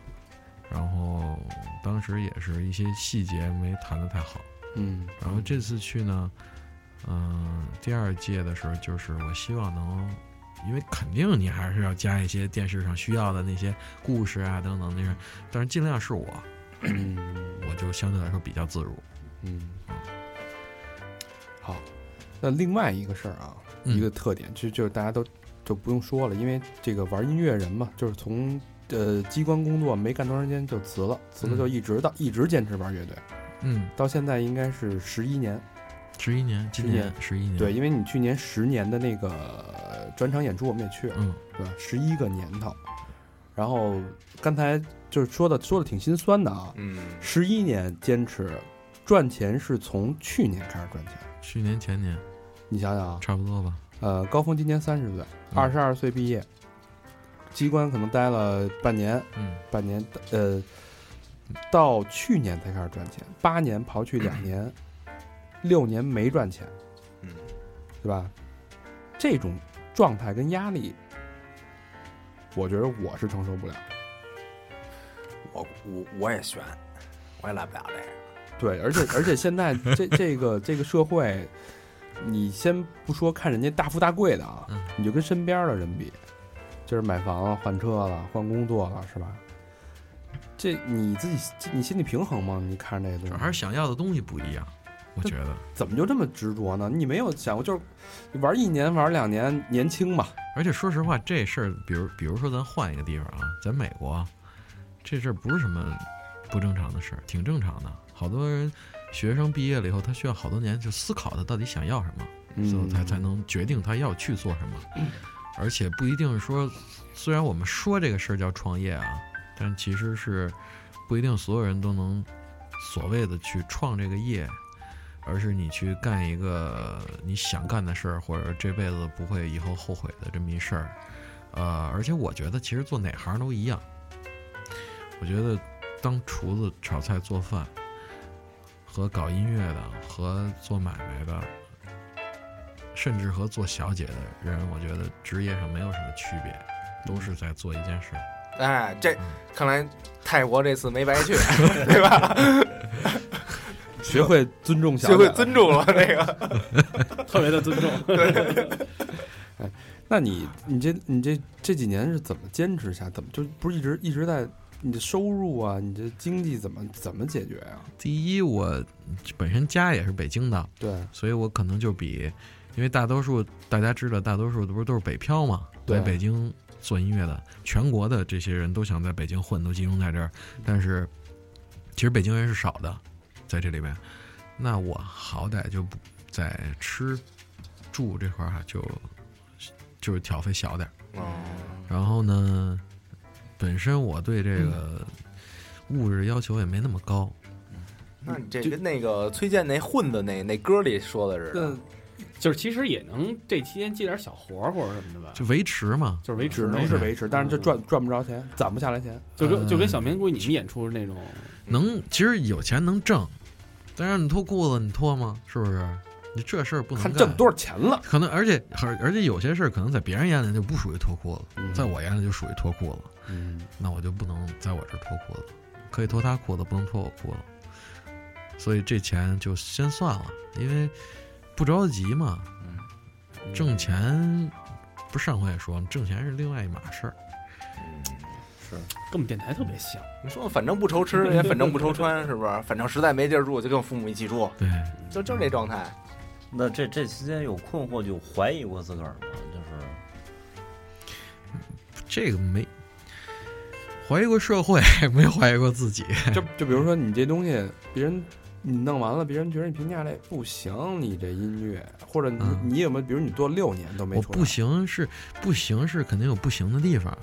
Speaker 12: 然后当时也是一些细节没谈的太好，
Speaker 8: 嗯，
Speaker 12: 然后这次去呢，嗯、第二届的时候就是我希望能。因为肯定你还是要加一些电视上需要的那些故事啊等等那些，但是尽量是我，我就相对来说比较自如。
Speaker 8: 嗯，
Speaker 12: 嗯
Speaker 8: 好。那另外一个事儿啊，一个特点，其实就是大家都就不用说了，因为这个玩音乐人嘛，就是从呃机关工作没干多长时间就辞了，辞了就一直到、一直坚持玩乐队，
Speaker 12: 嗯，
Speaker 8: 到现在应该是十一年，
Speaker 12: 十一年，今年十一年，
Speaker 8: 对，因为你去年十年的那个呃专场演出我们也去了，
Speaker 12: 嗯，
Speaker 8: 对吧？十一个年头，然后刚才就是说的说的挺心酸的啊，
Speaker 10: 嗯，
Speaker 8: 十一年坚持赚钱是从去年开始赚钱，
Speaker 12: 去年前年，
Speaker 8: 你想想啊，
Speaker 12: 差不多吧，
Speaker 8: 呃，高峰今年三十岁，二十二岁毕业，机关可能待了半年，
Speaker 12: 嗯，
Speaker 8: 半年，呃，到去年才开始赚钱，八年刨去两年，六年没赚钱，
Speaker 10: 嗯，
Speaker 8: 对吧？这种状态跟压力，我觉得我是承受不了。
Speaker 10: 我我我也悬，我也来不了这个。
Speaker 8: 对，而且而且现在这这个这个社会，你先不说看人家大富大贵的啊，
Speaker 10: 嗯
Speaker 8: 你就跟身边的人比，就是买房了、换车了、换工作了，是吧？这你自己这你心里平衡吗？你看这个东西，
Speaker 12: 还是想要的东西不一样，我觉得。
Speaker 8: 怎么就这么执着呢？你没有想过，就是玩一年、玩两年，年轻嘛。
Speaker 12: 而且说实话，这事儿，比如比如说咱换一个地方啊，咱美国，这事儿不是什么不正常的事儿，挺正常的。好多人学生毕业了以后，他需要好多年去思考他到底想要什么，
Speaker 8: 嗯
Speaker 12: 所以他才能决定他要去做什么。而且不一定是说，虽然我们说这个事儿叫创业啊，但其实是不一定所有人都能所谓的去创这个业，而是你去干一个你想干的事儿，或者这辈子不会以后后悔的这么一事儿。呃，而且我觉得其实做哪行都一样。我觉得当厨子炒菜做饭，和搞音乐的，和做买卖的，甚至和做小姐的人，我觉得职业上没有什么区别，都是在做一件事儿。
Speaker 10: 哎，这看来泰国这次没白 去，对吧？
Speaker 8: 学会尊重小姐
Speaker 10: 学
Speaker 8: 了，
Speaker 10: 会尊重了，这个对，
Speaker 8: 哎，那你你这你这这几年是怎么坚持下？怎么就不是一直一直在你的收入啊，你这经济怎么怎么解决啊呀、
Speaker 12: 第一，我本身家也是北京的，
Speaker 8: 对，
Speaker 12: 所以我可能就比，因为大多数大家知道，大多数不是都是北漂嘛，
Speaker 8: 对
Speaker 12: 在北京做音乐的，全国的这些人都想在北京混，都集中在这儿，但是其实北京人是少的，在这里边，那我好歹就不在吃住这块儿啊就就是挑费小点儿，
Speaker 10: 嗯
Speaker 12: 然后呢，本身我对这个物质要求也没那么高，
Speaker 10: 那你这跟那个崔健那混子那那歌里说的似
Speaker 8: 嗯
Speaker 10: 的，
Speaker 11: 就是其实也能这期间接点小活儿或者什么的吧，
Speaker 12: 就维持嘛，
Speaker 11: 就是维持
Speaker 8: 只能是维持，但是这赚赚不着钱，攒不下来钱，
Speaker 11: 就跟就跟小棉龟你们演出那种，
Speaker 12: 能，其实有钱能挣，但是你脱裤子你脱吗？是不是？你这事儿不能
Speaker 8: 看
Speaker 12: 干
Speaker 8: 挣多少钱了。
Speaker 12: 可能而且而而且有些事儿可能在别人眼里就不属于脱裤子，在我眼里就属于脱裤子。
Speaker 8: 嗯，
Speaker 12: 那我就不能在我这儿脱裤子，可以脱他裤子，不能脱我裤子。所以这钱就先算了，因为不着急嘛。挣钱不是上回也说，挣钱是另外一码事儿。
Speaker 10: 是
Speaker 11: 跟我们电台特别像。
Speaker 10: 嗯你说反正不愁吃，也反正不愁穿，是不是？反正实在没地儿住，就跟我父母一起住，
Speaker 12: 对，
Speaker 10: 就就是这状态。
Speaker 9: 那这这期间有困惑，就怀疑过自个儿吗？就是
Speaker 12: 这个没怀疑过社会， 没有怀疑过自己。
Speaker 8: 就就比如说你这东西，别人你弄完了，别人觉得你评价这不行，你这音乐或者你、你有没有，比如你做六年都没
Speaker 12: 我
Speaker 8: 出来，
Speaker 12: 不行是不行是肯定有不行的地方，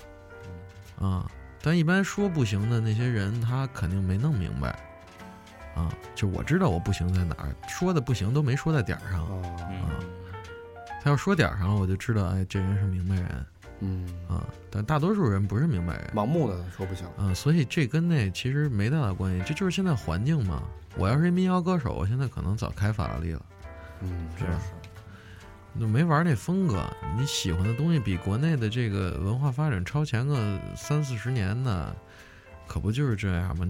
Speaker 8: 嗯
Speaker 12: 啊，但一般说不行的那些人，他肯定没弄明白，啊，就我知道我不行在哪儿，说的不行都没说在点儿
Speaker 8: 哦
Speaker 12: 上，啊，他要说点儿上了，我就知道，哎，这人是明白人，
Speaker 8: 嗯，
Speaker 12: 啊，但大多数人不是明白人，
Speaker 8: 盲目的说不行，
Speaker 12: 啊，所以这跟那其实没太大关系，这就是现在环境嘛。我要是一民谣歌手，我现在可能早开法拉利了。
Speaker 8: 嗯，
Speaker 12: 这样，就没玩那风格。你喜欢的东西比国内的这个文化发展超前个三四十年呢，可不就是这样吗？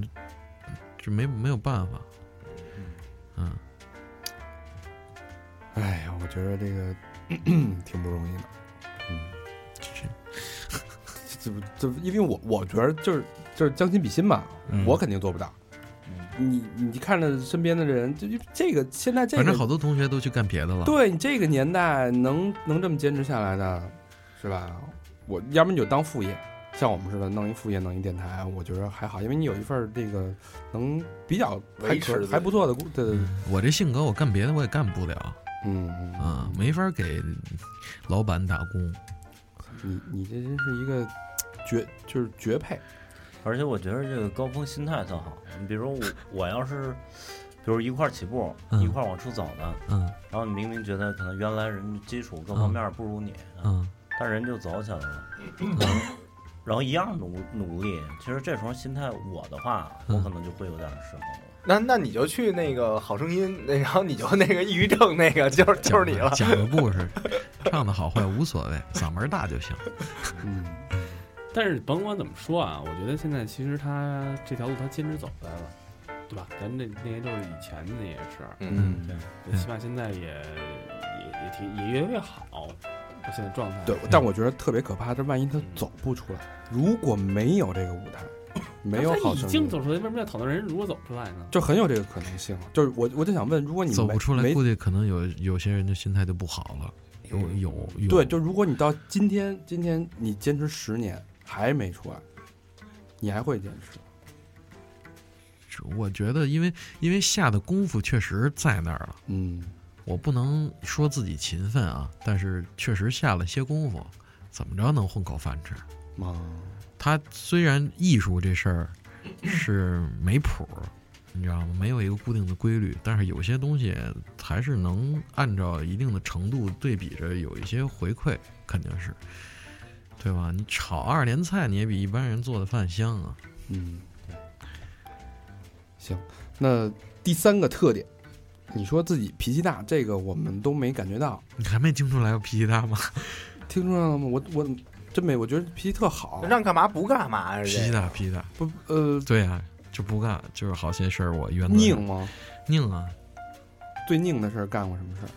Speaker 12: 这没没有办法。嗯，
Speaker 8: 哎呀，我觉得这个 挺不容易的，嗯，这不这不因为我我觉得就是就是将心比心吧，
Speaker 12: 嗯
Speaker 8: 我肯定做不到。你你看着身边的人，就就这个现在这个，
Speaker 12: 反正好多同学都去干别的了。
Speaker 8: 对你这个年代能能这么坚持下来的，是吧？我要不然你就当副业，像我们似的弄一副业，弄一电台，我觉得还好，因为你有一份儿这个能比较还
Speaker 12: 维持
Speaker 8: 可
Speaker 12: 的
Speaker 8: 还不错的工，对对对，
Speaker 12: 我这性格，我干别的我也干不了。
Speaker 8: 嗯
Speaker 12: 啊，没法给老板打工。
Speaker 8: 你嗯你这真是一个绝，就是绝配。
Speaker 9: 而且我觉得这个高峰心态特好。你比如我，我要是，比如一块儿起步，
Speaker 12: 嗯
Speaker 9: 一块儿往出走的，
Speaker 12: 嗯，
Speaker 9: 然后你明明觉得可能原来人基础各方面不如你，啊
Speaker 12: 嗯，
Speaker 9: 但人就走起来了，然后一样努努力。其实这时候心态，我的话，我
Speaker 12: 嗯
Speaker 9: 可能就会有点失衡。
Speaker 10: 那那你就去那个好声音，那然后你就那个抑郁症那个，就是就是你了。
Speaker 12: 讲个故事，唱的好坏无所谓，嗓门大就行。
Speaker 8: 嗯，
Speaker 11: 但是甭管怎么说啊，我觉得现在其实他这条路他坚持走下来了，对吧？咱这那些都是以前的那些事儿，
Speaker 12: 嗯对
Speaker 11: 对，起码现在也也也挺也越来越好，他现在状态。
Speaker 8: 对，但我觉得特别可怕，这万一他走不出来，如果没有这个舞台，没有
Speaker 11: 他
Speaker 8: 好
Speaker 11: 已
Speaker 8: 声
Speaker 11: 经
Speaker 8: 音，
Speaker 11: 走出来，为什么要讨论人如果走不出来呢？
Speaker 8: 就很有这个可能性。就是我我就想问，如果你
Speaker 12: 走
Speaker 8: 没
Speaker 12: 不出来，
Speaker 8: 没
Speaker 12: 估计可能有有些人的心态就不好了。有有有，
Speaker 8: 嗯对，就如果你到今天，今天你坚持十年还没出来，你还会坚持？
Speaker 12: 我觉得因为因为下的功夫确实在那儿了。
Speaker 8: 嗯，
Speaker 12: 我不能说自己勤奋啊，但是确实下了些功夫，怎么着能混口饭吃。
Speaker 8: 啊，
Speaker 12: 他虽然艺术这事儿是没谱儿，你知道吗？没有一个固定的规律，但是有些东西还是能按照一定的程度对比着有一些回馈，肯定是，对吧？你炒二连菜，你也比一般人做的饭香啊。
Speaker 8: 嗯，行，那第三个特点，你说自己脾气大，这个我们都没感觉到，
Speaker 12: 你还没听出来我脾气大吗？
Speaker 8: 听出来了吗？我我真没，我觉得脾气特好，
Speaker 10: 让干嘛不干嘛啊呀？，
Speaker 12: 脾气大，脾气大，
Speaker 8: 不呃，
Speaker 12: 对啊，就不干，就是好些事儿我原则
Speaker 8: 拧吗？
Speaker 12: 拧啊，
Speaker 8: 最拧的事儿干过什么事儿？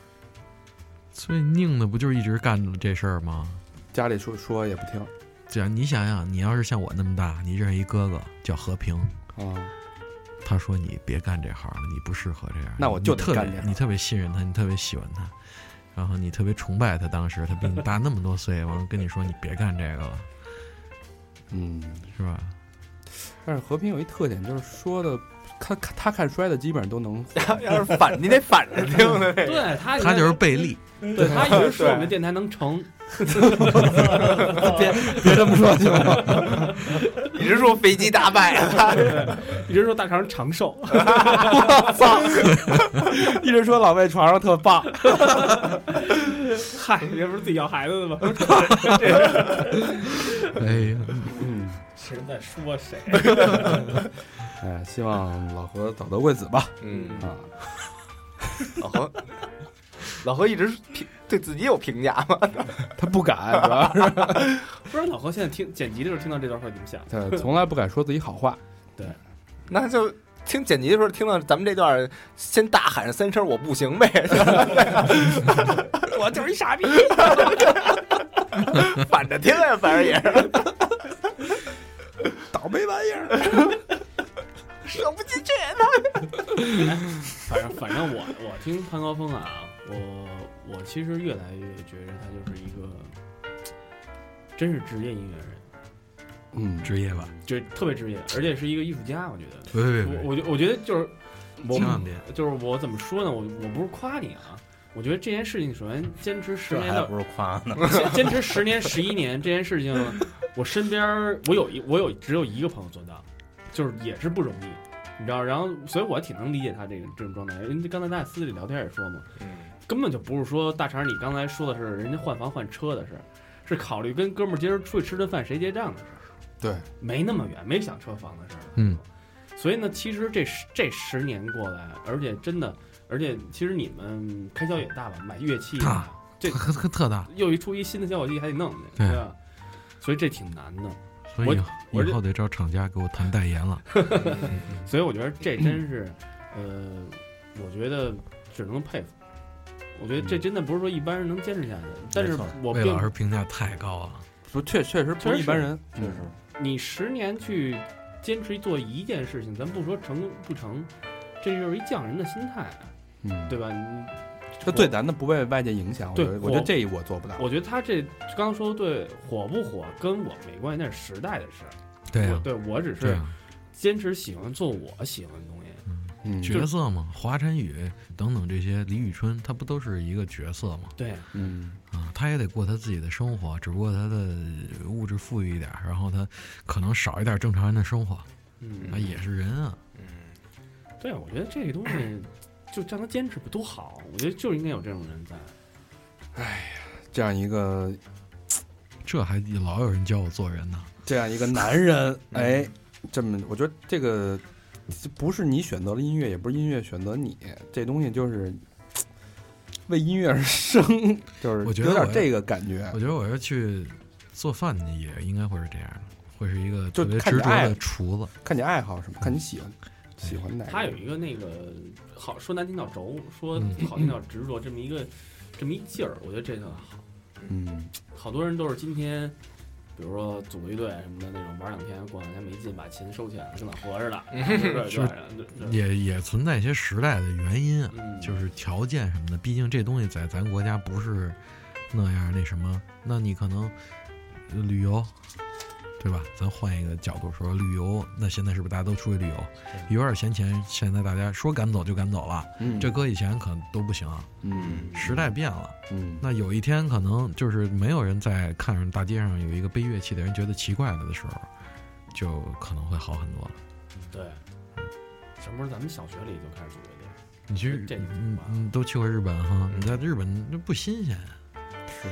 Speaker 12: 最拧的不就是一直干着这事儿吗？
Speaker 8: 家里说说也不听
Speaker 12: 这样你想想，你要是像我那么大，你认识一哥哥叫和平，
Speaker 8: 啊，
Speaker 12: 他说你别干这行了，你不适合这样。
Speaker 8: 那我就
Speaker 12: 你
Speaker 8: 得
Speaker 12: 特
Speaker 8: 干这
Speaker 12: 别，
Speaker 8: 行
Speaker 12: 你特别信任他，你特别喜欢他，然后你特别崇拜他。当时他比你大那么多岁， 完了跟你说你别干这个了，
Speaker 8: 嗯，
Speaker 12: 是吧？
Speaker 8: 但是和平有一特点，就是说的他他看摔的基本上都 能
Speaker 10: 要是反你得反着听的那个
Speaker 11: 对他以为，对
Speaker 8: 对
Speaker 11: 他以为说我们的电台能成，
Speaker 8: 啊别别这么说行吗？
Speaker 10: 你是说飞机大败啊？
Speaker 11: 你是说大肠长 寿？
Speaker 8: 我 操！一直说老魏床上特棒，
Speaker 11: 嗨，你这不是自己要孩子的 吗？
Speaker 12: 哎呀，
Speaker 8: 嗯，
Speaker 11: 谁在说谁？
Speaker 8: 哎，希望老何早得贵子吧。
Speaker 10: 嗯
Speaker 8: 啊，
Speaker 10: 老何，老何一直评对自己有评价吗？
Speaker 8: 他不敢，主要 是
Speaker 11: 不是老何现在听剪辑的时候听到这段话怎么想？
Speaker 8: 他从来不敢说自己好话。
Speaker 11: 对，
Speaker 10: 那就听剪辑的时候听到咱们这段，先大喊三声“我不行”呗，
Speaker 11: 我就是一傻逼。
Speaker 10: 反着听呀，反正也是。
Speaker 8: 倒霉玩意儿，
Speaker 10: 舍不进去呢。
Speaker 11: 反正反正我我听潘高峰啊，我我其实越来越觉得他就是一个，真是职业音乐人，
Speaker 8: 嗯，
Speaker 12: 职业吧，
Speaker 11: 就是特别职业，而且是一个艺术家。我觉得，
Speaker 12: 别别别
Speaker 11: 我我觉我觉得就是我
Speaker 12: 千万别
Speaker 11: 就是我怎么说呢？我我不是夸你啊。我觉得这件事情，首先坚持十
Speaker 9: 这
Speaker 11: 年
Speaker 9: 还
Speaker 11: 到
Speaker 9: 不是夸呢
Speaker 11: 坚坚持十年、十一年这件事情，我身边儿我有一我有只有一个朋友做到，就是也是不容易，你知道？然后，所以我挺能理解他这个这种状态。因为刚才咱俩私底聊天也说嘛，
Speaker 10: 嗯
Speaker 11: 根本就不是说大肠，你刚才说的是人家换房换车的事儿，是考虑跟哥们儿今儿出去吃顿饭谁结账的事儿，
Speaker 8: 对，
Speaker 11: 没那么远，没想车房的事儿。
Speaker 12: 嗯，
Speaker 11: 所以呢，其实这十这十年过来，而且真的，而且其实你们开销也大吧，买乐器啊，这
Speaker 12: 特特特大，
Speaker 11: 又一出一新的效果器还得弄呢，
Speaker 12: 对
Speaker 11: 吧？所以这挺难的。
Speaker 12: 所以
Speaker 11: 我
Speaker 12: 以后得找厂家给我谈代言了。
Speaker 11: 所以我觉得这真是，呃，我觉得只能佩服。我觉得
Speaker 12: 嗯
Speaker 11: 这真的不是说一般人能坚持下去，但是我
Speaker 12: 魏
Speaker 11: 并
Speaker 12: 老师评价太高了，
Speaker 8: 不确确实不
Speaker 11: 确实
Speaker 8: 是一般人，
Speaker 11: 是确实你十年去坚持做一件事情，咱不说成不成，这就是一匠人的心态，啊
Speaker 8: 嗯，
Speaker 11: 对吧？你
Speaker 8: 那对咱的不被外界影响，我
Speaker 11: 对
Speaker 8: 觉得我觉得
Speaker 11: 火
Speaker 8: 这我做不到。
Speaker 11: 我觉得他这刚说对火不火跟我没关系，那是时代的事儿。
Speaker 12: 对啊呀
Speaker 11: 我对我只
Speaker 12: 对
Speaker 11: 是
Speaker 12: 呀
Speaker 11: 坚持喜欢做我喜欢的东西。
Speaker 8: 嗯
Speaker 11: 就
Speaker 12: 角色嘛，华晨宇等等这些，李宇春他不都是一个角色吗？
Speaker 11: 对，
Speaker 8: 嗯
Speaker 12: 啊，他也得过他自己的生活，只不过他的物质富裕一点，然后他可能少一点正常人的生活，
Speaker 11: 嗯
Speaker 12: 啊，也是人啊，
Speaker 11: 对啊，我觉得这个东西就让他坚持不多好，我觉得就应该有这种人在。
Speaker 8: 这样一个，
Speaker 12: 这还老有人教我做人呢。
Speaker 8: 这样一个男人，哎，这么我觉得这个这不是你选择了音乐，也不是音乐选择你，这东西就是为音乐而生，就是
Speaker 12: 我觉得
Speaker 8: 有点
Speaker 12: 我
Speaker 8: 这个感觉。
Speaker 12: 我觉得我要去做饭也应该会是这样的，会是一个
Speaker 8: 就
Speaker 12: 特别
Speaker 8: 看
Speaker 12: 执
Speaker 8: 你
Speaker 12: 着
Speaker 8: 爱
Speaker 12: 的厨子。
Speaker 8: 看你爱好是吧？看你喜欢喜欢哪个？
Speaker 11: 他有一个那个好说难听到轴，说
Speaker 12: 嗯
Speaker 11: 好听到执着，这么一个这么一劲儿，我觉得这特好。
Speaker 8: 嗯，
Speaker 11: 好多人都是今天，比如说组个乐队什么的那种，玩两天，过两天没劲，把琴收起来了，跟老活似的。对对
Speaker 12: 就是
Speaker 11: 对对
Speaker 12: 也也存在一些时代的原因啊，
Speaker 11: 嗯
Speaker 12: 就是条件什么的。毕竟这东西在咱国家不是那样那什么，那你可能呃旅游，对吧？咱换一个角度说，旅游，那现在是不是大家都出去旅游？有点闲钱，现在大家说赶走就赶走了，
Speaker 8: 嗯
Speaker 12: 这搁以前可都不行啊。
Speaker 8: 嗯，
Speaker 12: 时代变了，
Speaker 8: 嗯，
Speaker 12: 那有一天可能就是没有人再看上大街上有一个背乐器的人觉得奇怪了的时候，就可能会好很多了。
Speaker 11: 对，什么时候咱们小学里就开始组乐队？
Speaker 12: 你去，
Speaker 11: 这
Speaker 12: 嗯嗯，都去过日本哈？你在日本这不新鲜啊
Speaker 10: 是，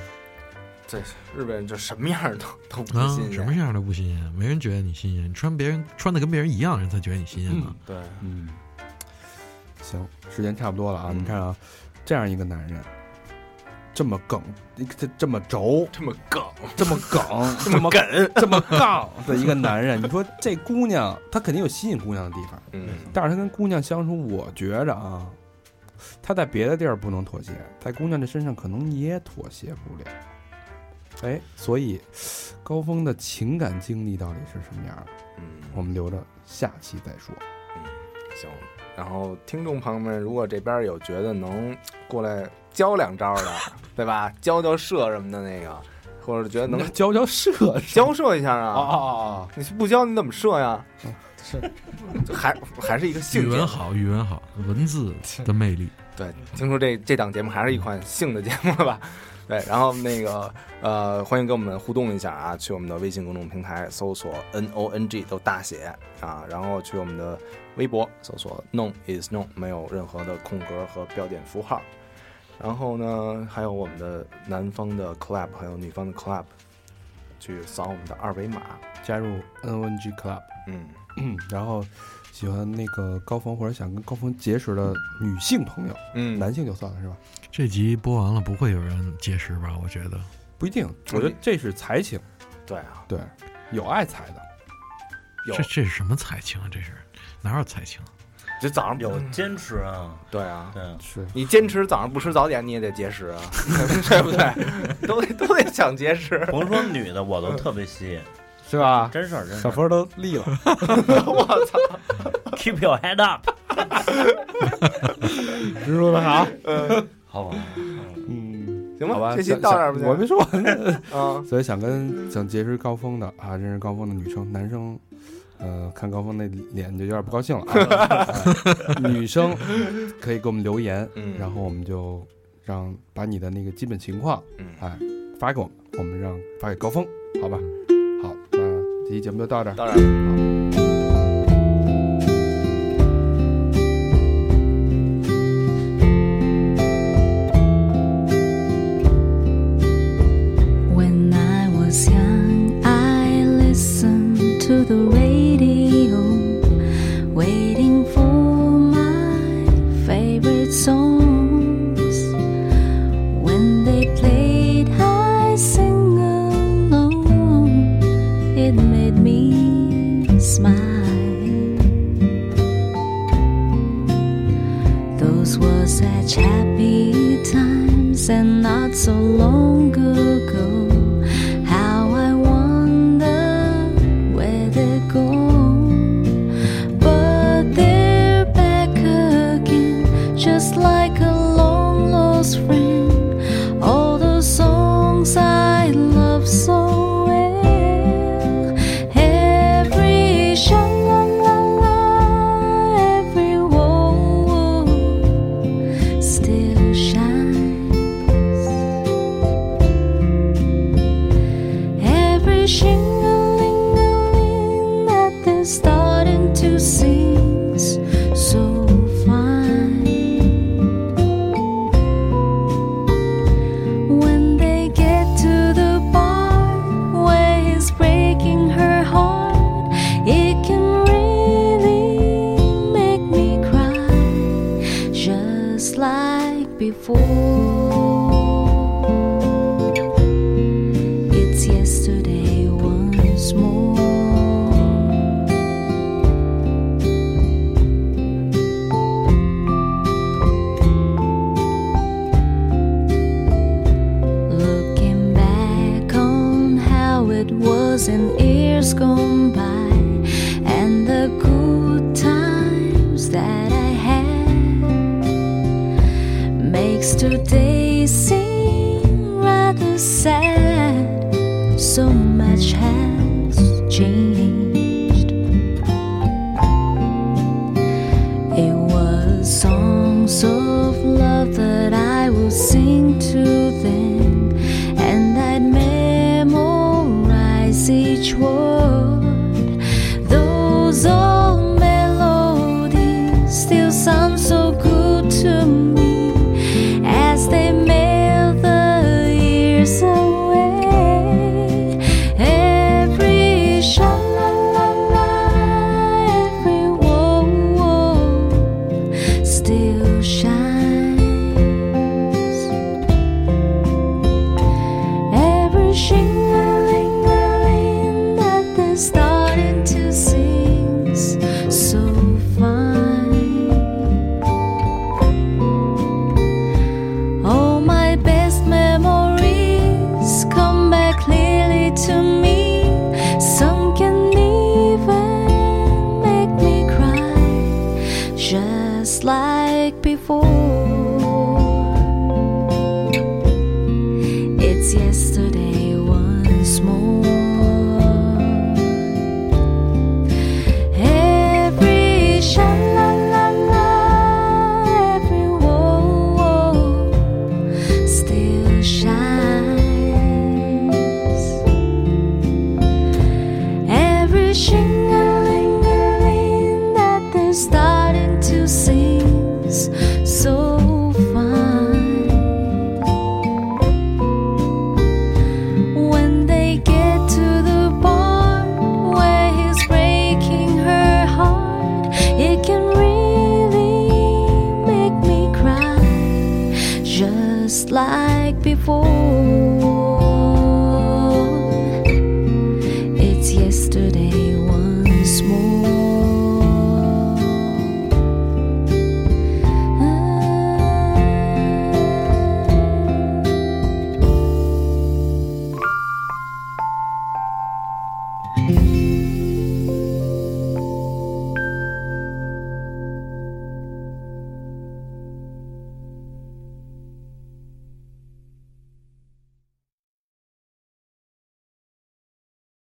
Speaker 10: 这是日本人就什么样儿都都不
Speaker 12: 啊
Speaker 10: 新，
Speaker 12: 什
Speaker 10: 鲜。
Speaker 12: 么样都不新鲜，啊没人觉得你新鲜，你穿别人穿的跟别人一样，人才觉得你新鲜呢。
Speaker 10: 对，
Speaker 8: 嗯，行，时间差不多了啊！你看啊，这样一个男人，这么梗，这这么轴，
Speaker 10: 这么梗，
Speaker 8: 这么梗，这
Speaker 10: 这么
Speaker 8: 么
Speaker 10: 梗
Speaker 8: 这么杠的一个男人，你说这姑娘，她肯定有吸引姑娘的地方，
Speaker 10: 嗯，
Speaker 8: 但是她跟姑娘相处，我觉着啊，她在别的地儿不能妥协，在姑娘这身上可能也妥协不了。哎，所以高峰的情感经历到底是什么样的？
Speaker 10: 嗯，
Speaker 8: 我们留着下期再说。
Speaker 10: 行。然后听众朋友们，如果这边有觉得能过来教两招 的，对吧？教教射什么的那个，或者觉得能
Speaker 8: 教教射，
Speaker 10: 教射一下啊！
Speaker 8: 哦哦哦，
Speaker 10: 你不教你怎么射呀？是，还还是一个兴
Speaker 12: 哦语
Speaker 10: 趣
Speaker 12: 文好，语文好，文字的魅力。
Speaker 10: 嗯对，听说这这档节目还是一款性的节目吧？对，然后那个呃，欢迎跟我们互动一下啊，去我们的微信公众平台搜索 N O N G 都大写啊，然后去我们的微博搜索 Known is Known，没有任何的空格和标点符号。然后呢，还有我们的南方的 Club，还有女方的 Club，去扫我们的二维码。
Speaker 8: 加入 NONG Club。
Speaker 10: 嗯
Speaker 8: 嗯，然后喜欢那个高峰或者想跟高峰结识的女性朋友，
Speaker 10: 嗯，
Speaker 8: 男性就算了是吧？
Speaker 12: 这集播完了不会有人结识吧？我觉得
Speaker 8: 不一定，我觉得这是才情，
Speaker 10: 对啊，
Speaker 8: 对，有爱才的，
Speaker 12: 这这是什么才情啊？这是哪有才情？啊
Speaker 10: 这早上嗯
Speaker 9: 有坚持啊，
Speaker 10: 对啊，
Speaker 9: 对啊，
Speaker 8: 是
Speaker 10: 你坚持早上不吃早点，你也得节食 啊，对不对？都得都得想节食。
Speaker 9: 甭说女的，我都特别吸引，
Speaker 8: 是吧？
Speaker 9: 真事儿，真事
Speaker 8: 小
Speaker 9: 儿。
Speaker 8: 峰都 立了，
Speaker 10: 我操
Speaker 9: ，Keep your head up，
Speaker 8: 你说的好，
Speaker 9: 好吧？
Speaker 8: 嗯，
Speaker 10: 行吧
Speaker 8: 好吧，
Speaker 10: 这期
Speaker 8: 想
Speaker 10: 到这儿吧
Speaker 8: 想我还没说完
Speaker 10: 啊
Speaker 8: 所以想跟想结识高峰的啊，认识高峰的女生、男生，呃，看高峰那脸就有点不高兴了啊。 哎女生可以给我们留言，
Speaker 10: 嗯
Speaker 8: 然后我们就让把你的那个基本情况，
Speaker 10: 嗯
Speaker 8: 哎，发给我们，我们让发给高峰，好吧？
Speaker 10: 嗯
Speaker 8: 好，那这期节目就到这儿，
Speaker 10: 到这儿。
Speaker 13: When I was young, I listened to the radio, waiting for my favorite songs. When they played, I sing along. It made me smile. Those were such happy times and not so long ago. How I to shing-a-ling-a-ling that they're starting to sing so fine. When they get to the bar where he's breaking her heart, it can really make me cry, just like before. It's yesterday once more. Looking back on how it was in years gone by and the good times that I had makes today seem rather sad. So much has changed. It was songs of love that I would sing to them, and I'd memorize each word. Those old melodies still sound so good to me as they melt the years away. Every sha la la la, every whoa whoa still shines. Every shingling that they're starting to sing so fine. All my best memories come back clearly to me. Some can even make me cry just like before. It's yesterday once more. Every sha la la la, every whoa whoa still shines. Every shingling that they're starting to sing so fine. When they get to the bar where he's breaking her heart, it can really make me cry, just like before. It's yesterday. Ah.